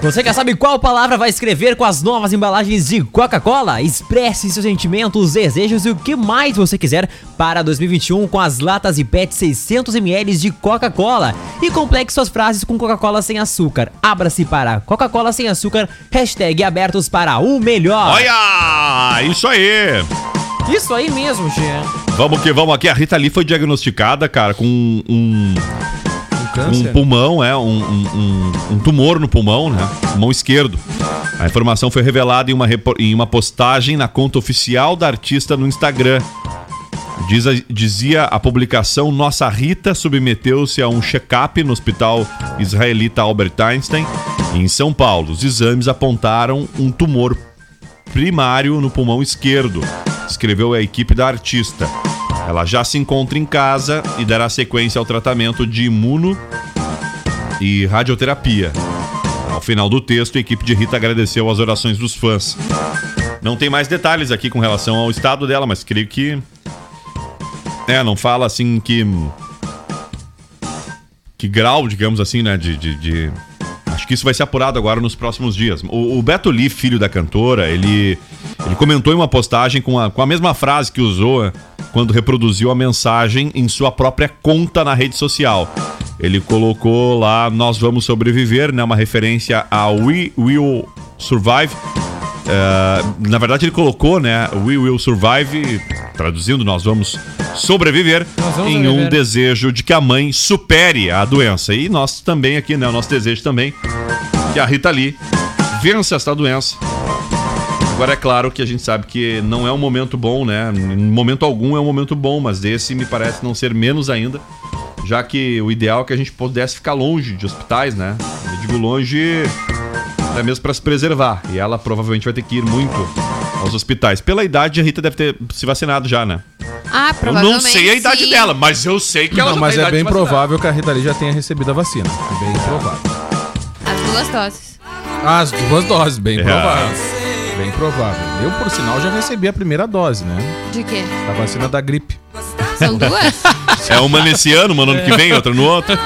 Você já sabe qual palavra vai escrever com as novas embalagens de Coca-Cola? Expresse seus sentimentos, desejos e o que mais você quiser para 2021 com as latas e PET 600ml de Coca-Cola. E complexe suas frases com Coca-Cola sem açúcar. Abra-se para Coca-Cola sem açúcar, hashtag abertos para o melhor. Olha! Isso aí! Isso aí mesmo, Jean. Vamos que vamos aqui. A Rita Lee foi diagnosticada, cara, com um. um- câncer? um pulmão, é, um, um- um- um tumor no pulmão, né? Pulmão esquerdo. A informação foi revelada em uma, repo- em uma postagem na conta oficial da artista no Instagram. Diz a- dizia a publicação: Nossa Rita submeteu-se a um check-up no hospital israelita Albert Einstein, em São Paulo. Os exames apontaram um tumor primário no pulmão esquerdo, escreveu a equipe da artista. Ela já se encontra em casa e dará sequência ao tratamento de imuno e radioterapia. Ao final do texto, a equipe de Rita agradeceu as orações dos fãs. Não tem mais detalhes aqui com relação ao estado dela, mas creio que. É, não fala assim que. Que grau, digamos assim, né? De. de- de- Acho que isso vai ser apurado agora nos próximos dias. O, o Beto Lee, filho da cantora, ele, ele comentou em uma postagem com a, com a mesma frase que usou eh, quando reproduziu a mensagem em sua própria conta na rede social. Ele colocou lá Nós Vamos Sobreviver, né? Uma referência a We Will Survive. É, na verdade, ele colocou, né? We will survive, traduzindo, nós vamos sobreviver vamos em um sobreviver. desejo de que a mãe supere a doença. E nós também aqui, né? O nosso desejo também que a Rita Lee vença esta doença. Agora é claro que a gente sabe que não é um momento bom, né? Em momento algum é um momento bom, mas desse me parece não ser menos ainda, já que o ideal é que a gente pudesse ficar longe de hospitais, né? Eu digo longe até É mesmo para se preservar. E ela provavelmente vai ter que ir muito aos hospitais. Pela idade, a Rita deve ter se vacinado já, né? Ah, Eu provavelmente. não sei a idade sim. dela, mas eu sei que ela Não, já mas tem é idade bem de vacinar. provável que a Rita Lee já tenha recebido a vacina. É bem provável. As duas doses. As duas doses, bem É. provável. Bem provável. Eu, por sinal, já recebi a primeira dose, né? De quê? A vacina da gripe. São duas? É uma nesse ano, uma no ano que vem, outra no outro.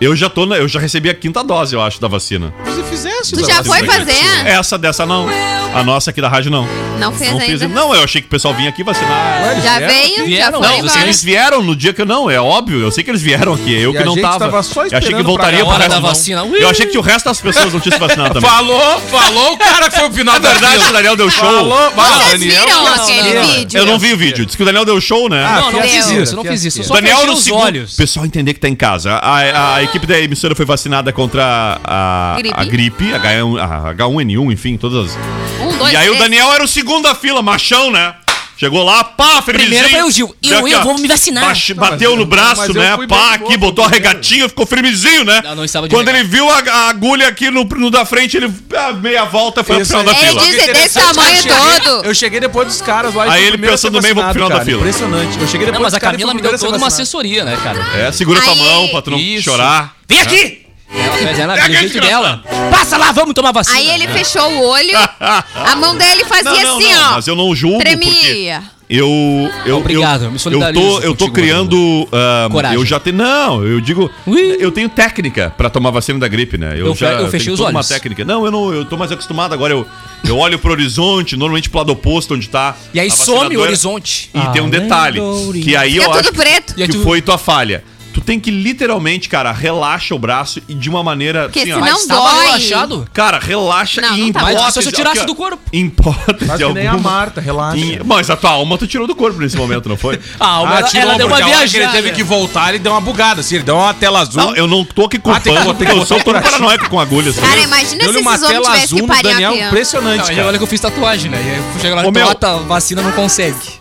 Eu já tô, na- eu já recebi a quinta dose, eu acho, da vacina. Se fizesse, Tu da já vacina foi da gripe. fazer? É. Essa dessa não. A nossa aqui da rádio não. Não fez não ainda. Não, eu achei que o pessoal vinha aqui vacinar. Ué, eles Já vieram veio, aqui? já Vieram, foi não, embora. eles vieram no dia que eu não, é óbvio. Eu sei que eles vieram aqui. Eu E que a não gente tava. tava só eu achei que esperando voltaria pra pro hora resto da não. vacina. Ui! Eu achei que o resto das pessoas não tinha se vacinado também. Falou, falou o cara que foi o final Na verdade, o Daniel deu show. Falou, vai, Vocês Daniel. viram Não, aquele não, não. vídeo? Eu não vi o vídeo. Diz que o Daniel deu show, né? não, não Deus. fiz isso, não fiz isso. Eu Ah, só Daniel fechei no os segundo. olhos. Ah. Pessoal entender que tá em casa. A, a- a equipe da emissora foi vacinada contra a a Gripe. gripe, a H1, a H1N1, enfim, todas as. Um, dois, e aí o três. Daniel era o segundo da fila, machão, né? Chegou lá, pá, firmezinho. Primeiro foi o Gil. Eu, Deu aqui, eu, ó, vamos me vacinar. bate- Não, mas bateu eu- no braço, mas eu né? fui Pá, bem aqui, botou a regatinha, ficou firmezinho, né? Não, não estava de Quando regata. ele viu a, a agulha aqui no, no da frente, ele a meia volta foi pro Isso final da aí. É, fila. Ele disse desse tamanhou todo. Eu cheguei depois dos caras lá e Aí fui o ele primeiro a pensou ser também, vou pro vacinado, final da cara. fila. Impressionante. Eu cheguei Não, depois mas a dos caras e fui Camila o me deu primeiro a ser toda uma vacinado. assessoria, né, cara? É, segura tua Aí- mão pra tu não Isso. chorar. É. Vem aqui! Ela fez ela do jeito é dela. Passa lá, vamos tomar vacina. Aí ele fechou o olho, a mão dele fazia Não, não, assim, não, ó. Mas eu não julgo porque tremia. eu eu Obrigado, eu, eu me eu solidarizo tô eu tô contigo, criando ah, Coragem. eu já tenho não eu digo eu tenho técnica pra tomar vacina da gripe né eu, Eu fe- já eu fechei tenho os toda uma olhos. técnica não eu não eu tô mais acostumado agora eu eu olho pro horizonte normalmente pro lado oposto onde tá E aí a some o vacinadora. horizonte. Ah, e tem um detalhe que aí Fica eu tudo acho preto. que foi tua falha Tu Tu tem que literalmente, cara, relaxa o braço e de uma maneira. Porque assim, ó. senão Mas tava dói. relaxado? Cara, relaxa Não, tá e não tava. hipótese. é Mas só se eu tirasse do corpo. Hipótese Quase que nem alguma. a Marta, relaxa. Em- Mas a tua alma tu tirou do corpo nesse momento, não foi? Ah, ela- ela deu uma viajada. voltar, ele deu uma bugada. assim, Se ele deu uma tela azul. Não, eu não tô aqui Ah, tem que culpando, botar- porque eu sou todo paranoico com agulhas. Cara, imagina se Deu-lhe esses uma homens tela tivessem que azul no parir a Daniel, criança. impressionante, Não, e cara. olha que eu fiz tatuagem, né? E aí eu chego lá Ô, meu. e a vacina não consegue.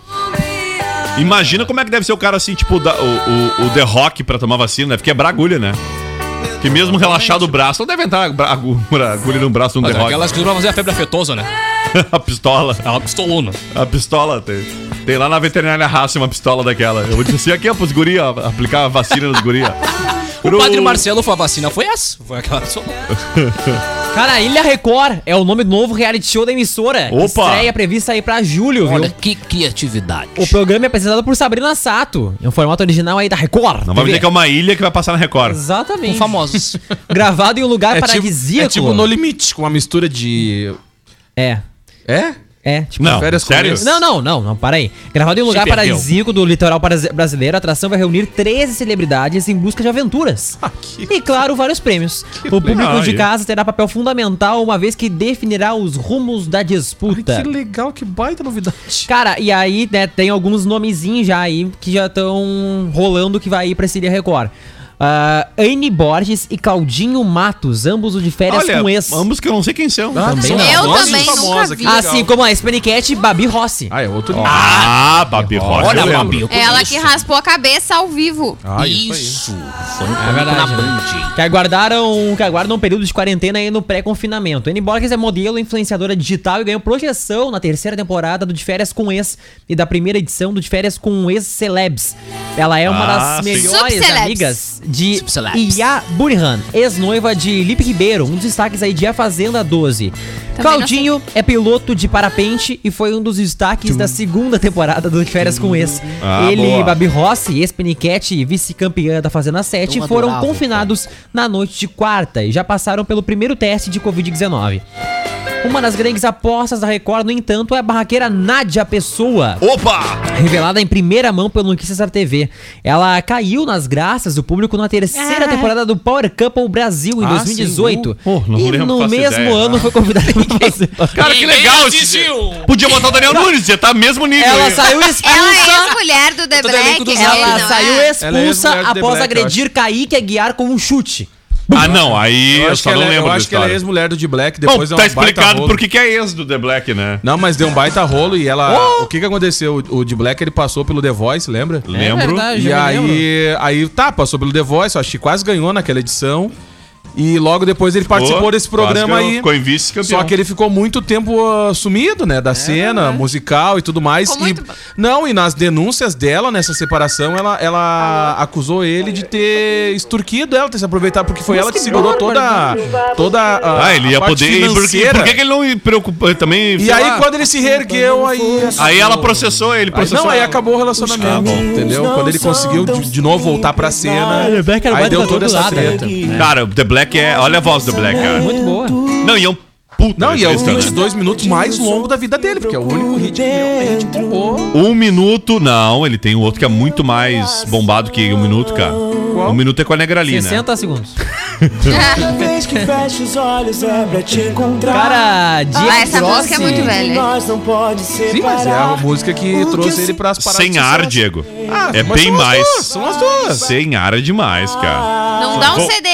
Imagina como é que deve ser o cara assim, tipo, da- o, o, o The Rock pra tomar vacina, deve quebrar agulha, né? Que mesmo relaxado o braço, não deve entrar bra- agu- agulha no braço do Mas é The Rock. aquelas que pra fazer a febre afetosa, né? a pistola. Ela pistolou, né? A pistola tem. Tem lá na veterinária raça uma pistola daquela. Eu vou dizer assim, aqui é pros guri, ó, aplicar a vacina nos guri, ó. O padre Marcelo foi a vacina, foi essa? Foi aquela que soltou. Cara, Ilha Record é o nome do novo reality show da emissora. Opa! Estreia prevista aí pra julho, viu? Olha que criatividade. O programa é apresentado por Sabrina Sato, em um formato original aí da Record. Não vai me dizer que é uma ilha que vai passar na Record. Exatamente. Com famosos. Gravado em um lugar É tipo, paradisíaco. é tipo No Limite, com uma mistura de... É. É? É, tipo, Não, sério? com eles. Não, não, não, não, para aí. Gravado em um Se lugar perdeu. paradisíaco do litoral parasi- brasileiro, a atração vai reunir 13 celebridades em busca de aventuras. E claro, vários prêmios. O público Ah, legal. Ah, é. de casa terá papel fundamental, uma vez que definirá os rumos da disputa. Que legal, que baita novidade. Cara, e aí, né, tem alguns nomezinhos já aí que já estão rolando que vai ir pra esse Ilha Record. Ah, Anne Borges e Claudinho Matos, ambos o de férias Olha, com ex. ambos que eu não sei quem são. Também São não. Eu famosos, também nunca famosa, vi. que legal. Assim como a Spanicat e Babi Rossi. Ah, é outro Ah, Babi Rocha. Olha, eu lembro. Babi, eu Ela conheço. que raspou a cabeça ao vivo. Ah, isso. Foi um É pânico verdade. na né? Band. Que aguardaram, que aguardam um período de quarentena aí no pré-confinamento. Annie Borges é modelo, influenciadora digital e ganhou projeção na terceira temporada do De Férias com Ex e da primeira edição do De Férias com Ex-Celebs. Ela é uma Ah, das sim. melhores Subcelebs. amigas de Ia Burhan, ex-noiva de Lipe Ribeiro, um dos destaques aí de A Fazenda 12. Claudinho é piloto de parapente e foi um dos destaques da segunda temporada do De Férias com Ex. Ah, Ele, boa. Babi Rossi, ex-Peniquete e vice-campeã da Fazenda 7 Eu foram adorava, confinados na noite de quarta e já passaram pelo primeiro teste de Covid-19. Uma das grandes apostas da Record, no entanto, é a barraqueira Nádia Pessoa. Opa! Revelada em primeira mão pelo Notícias da TV. Ela caiu nas graças do público na terceira Ah. temporada do Power Couple Brasil em Ah, 2018. sim. Uh, não e lembro, no faço mesmo ideia. ano foi convidada em fazer. Cara, que legal esse. um. Podia botar o Daniel Nunes, já tá mesmo nível. Ela aí. saiu Ela é expulsa. ex-mulher do The Todo elenco Black. do ela Ela não saiu é? Ela é expulsa ex-mulher do The após Black, eu agredir Kaique Aguiar com um chute. Ah, não, aí eu, acho só que não ela é- lembro eu da acho que ela é história. ex-mulher do De Black, Bom, depois é um tá baita explicado rolo. por que que é ex do The Black, né? Não, mas deu um baita rolo e ela. O que que aconteceu? O, o de Black ele passou pelo The Voice, lembra? Oh! Lembro. verdade, e eu me aí, aí, tá, passou pelo The Voice, acho que quase ganhou naquela edição. E logo depois ele participou Ficou, desse programa quase ganhou, aí. ficou em vice-campeão. Só que ele ficou muito tempo ah, sumido, né? É, Da cena musical e tudo mais. E- não, e nas denúncias dela, nessa separação, ela, ela acusou ele de ter extorquido ela, ter se aproveitado, porque foi Mas ela que que segurou toda, barbaridade. toda a. Ah, ele a ia parte poder. e Por que, financeira. por que que ele não me preocupa também? E sei aí, lá. quando ele se reergueu, aí. Aí ela processou ele, Aí, processou. não, aí acabou o relacionamento. Ah, bom. Entendeu? Quando ele conseguiu de, de novo voltar pra cena. Ah, ele é back, era Aí back deu da toda essa lado, né? treta. Cara, o The Black é. Olha a voz do Black, cara. Muito boa. Não, e é um puta. Não, e é o entrevista, né? 22 minutos mais longo da vida dele, porque é o único hit que realmente tipo, bombou. Um minuto, não, ele tem um outro que é muito mais bombado que um minuto, cara. Um minuto é com a Negra Lee, né? 60 segundos. Cada vez que fecho os olhos é pra te encontrar. Cara, Diego Ah, essa música é Rossi. muito velha. Nós não pode Sim, mas é a separar. música que trouxe ele pras paradas. Sem de ar, sucesso. Diego. Ah, é mas bem são as mais. duas, são as duas. Sem ar é demais, Ah, cara. Não dá um Bom, CD.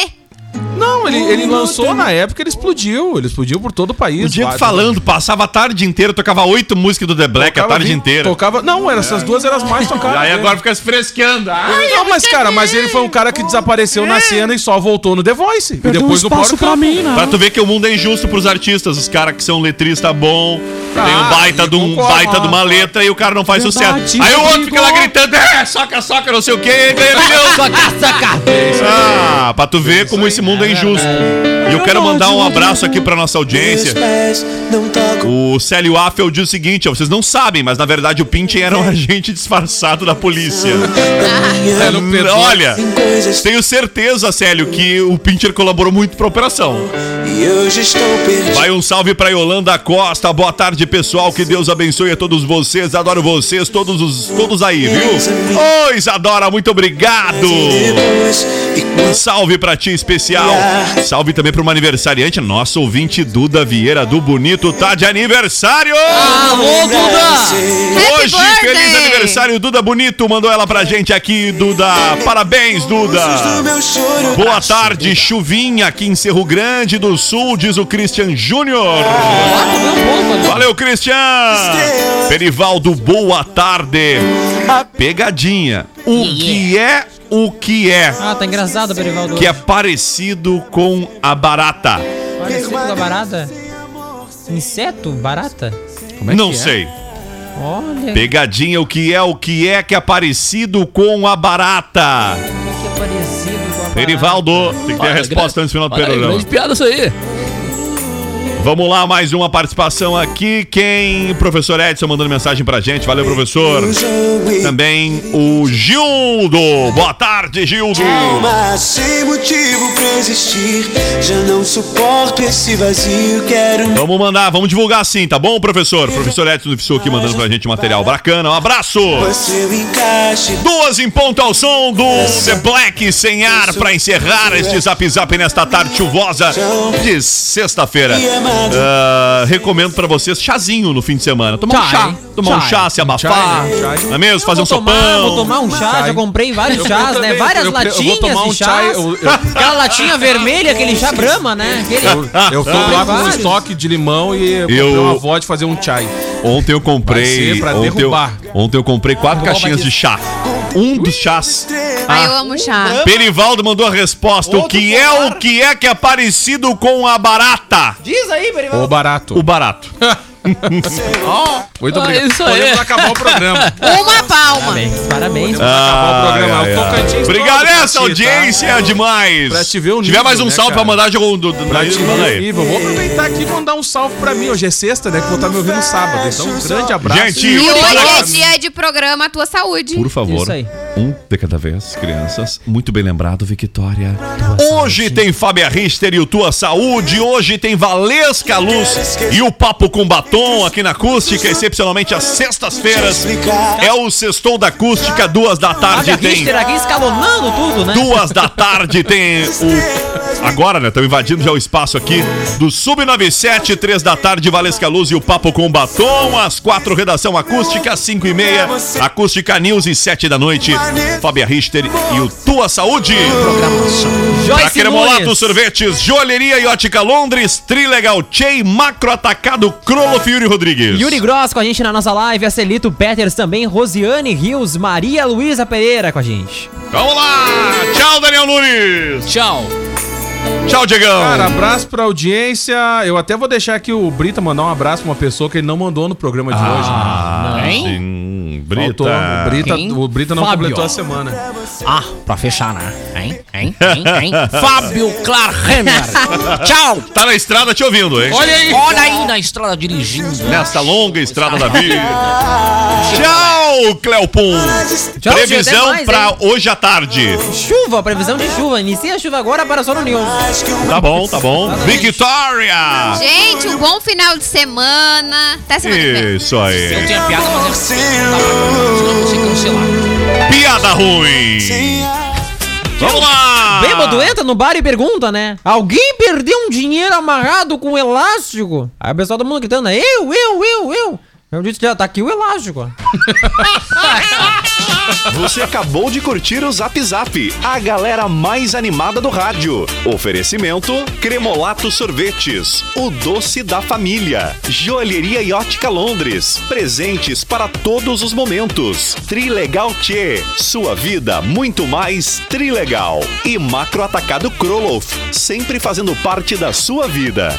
Não, ele, ele lançou na época, ele explodiu. Ele explodiu por todo o país. O Diego Vai- falando, passava a tarde inteira, tocava oito músicas do The Black Tocava a tarde vinte- inteira. É. Tocava. Não, era- essas duas eram as mais tocadas. Aí dele. agora fica se fresqueando. Ah, Ai, não, mas cara, mas ele foi um cara que desapareceu na cena e só voltou no The Voice. um e depois no Power Couple. Pra tu ver que o mundo é injusto pros artistas. Os caras que são letrista bom, tem um Ah, baita de um concordo. baita de uma letra e o cara não faz Verdade, sucesso. Aí o outro Rodrigo. fica lá gritando, é, soca, soca, não sei o quê, e ganha milhão. soca, soca. Ah, pra tu ver como esse mundo é injusto. E eu quero mandar um abraço aqui pra nossa audiência. O Célio Affel diz o seguinte, ó, vocês não sabem, mas na verdade o Pintin era um agente disfarçado da polícia. É, um Hum, Olha, tenho certeza, Célio, que o Pinter colaborou muito pra operação. Vai um salve pra Yolanda Costa. Boa tarde, tarde, pessoal. Que Deus abençoe a todos vocês. Adoro vocês, todos os todos aí, viu? Oi, Isadora, muito obrigado. Um salve pra ti especial. Salve também pra uma aniversariante, nosso ouvinte Duda Vieira do Bonito. Tá de aniversário! Alô, Duda! Happy Hoje, birthday! feliz aniversário, Duda Bonito. Mandou ela pra gente aqui, Duda. Parabéns, Duda. Boa tarde, chuvinha aqui em Cerro Grande do Sul, diz o Christian Júnior. Valeu, Christian! Perivaldo, boa tarde. Pegadinha. O que é o que é? Ah, tá engraçado, Perivaldo. Que é parecido com a barata. Parecido com a barata? Inseto? Barata? Não sei. Olha. Pegadinha, o que é o que é que é parecido com a barata? Que é parecido com a Perivaldo, tem que ter a Olha, resposta antes do final do olha, programa. grande piada isso aí. Vamos lá, mais uma participação aqui. Quem? Professor Edson mandando mensagem pra gente. Valeu, professor. Também o Gildo. Boa tarde, Gildo. Alma sem motivo pra existir. Já não suporto esse vazio. Quero Vamos mandar, vamos divulgar sim, tá bom, professor? Professor Edson do Fissu aqui mandando pra gente material bacana. Um abraço! seu encaixe. Duas em ponto ao som do The Black sem ar pra encerrar este Zap Zap nesta tarde chuvosa de sexta-feira. Ah, recomendo pra vocês chazinho no fim de semana. Tomar um Chá, chá, hein? tomar um Chá, chá, se abafar, hein? Chá, hein? não é mesmo? Fazer um vou tomar, sopão. vou tomar um chá, já comprei vários Eu- eu chás, né? também, Várias eu- eu vou latinhas tomar um de chá, chás. eu- eu- Aquela latinha vermelha, aquele chá brama, né? Aquele... Eu, eu tô Ah, lá com um vários. estoque de limão e eu comprei uma avó de fazer um chai. Ontem eu Vai comprei. ser pra ontem, eu, derrubar. ontem eu comprei quatro Derrubar caixinhas o de chá. Um dos chás. Ah. Ai, eu amo chá. Perivaldo mandou a resposta. O que é o que é que é parecido com a barata? Diz aí, O barato. O barato. Muito obrigado. Isso aí. Podemos acabar o programa. Uma palma. Parabéns, parabéns. Ah, acabar o programa. ai, O ai. Tocantins Obrigado, todo pra essa ti, tá? audiência é demais. Pra te ver o Se nível, tiver mais um né, salve pra cara? mandar de algum do, do, Pra daí, te manda ver o aí. nível. Vou aproveitar aqui e mandar um salve pra mim. Hoje é sexta, né? Que vou estar me ouvindo sábado. Então, um grande abraço. Gente, E Yuri hoje é Blanc. dia de programa Tua Saúde. Por favor, Isso aí. um de cada vez, crianças. Muito bem lembrado, Victoria. Hoje tem Fábia Richter e o Tua Saúde. Hoje tem Valesca Luz e o Papo com Batom aqui na Acústica, excepcionalmente às sextas-feiras. É o Sextou da Acústica, duas da tarde Olha a tem. Richter aqui escalonando tudo, né? Duas da tarde tem o. Agora, né? Estamos invadindo já o espaço aqui do Sub97, três da tarde, Valesca Luz e o Papo com Batom. Às quatro, redação acústica, cinco e meia, acústica news e sete da noite. Fábia Richter e o Tua Saúde. Pra Joyce Cremolato Nunes. Sorvetes, Joalheria e Ótica Londres, Trilegal Chain, Macro Atacado, Crolo Fiore Rodrigues. Yuri Gross com a gente na nossa live, Acelito Peters também, Rosiane Rios, Maria Luísa Pereira com a gente. Vamos lá! Tchau, Daniel Nunes! Tchau! Tchau, Diegão! Cara, abraço pra audiência. Eu até vou deixar aqui o Brita mandar um abraço pra uma pessoa que ele não mandou no programa de hoje. Ah, Não, hein? sim, Faltou. O Brita, Quem? o Brita não Fábio. completou a semana. Ah, pra fechar, né? Hein? Hein? Hein? hein? Fábio Klarrenner. Tchau! Tá na estrada te ouvindo, hein? Olha aí! Olha aí na estrada dirigindo. Nesta longa estrada da vida. Tchau, Cleopum! Tchau, até Previsão mais, pra hein? hoje à tarde. Chuva, previsão de chuva. Inicia a chuva agora para só no News. Tá bom, tá bom. Victoria! Gente, um bom final de semana. Até semana que vem. Isso aí. Tinha piada, mas eu não vou ser cancelado. Piada ruim. Vamos lá! Bêbado entra no bar e pergunta, né? Alguém perdeu um dinheiro amarrado com elástico? Aí o pessoal todo mundo gritando, né? eu, eu, eu, eu. Eu disse, já tá aqui o elástico. Você acabou de curtir o Zap Zap, a galera mais animada do rádio. Oferecimento: Cremolato Sorvetes, o doce da família. Joalheria e Ótica Londres, presentes para todos os momentos. Trilegal Tchê, sua vida muito mais trilegal. E Macro Atacado Kroloff, sempre fazendo parte da sua vida.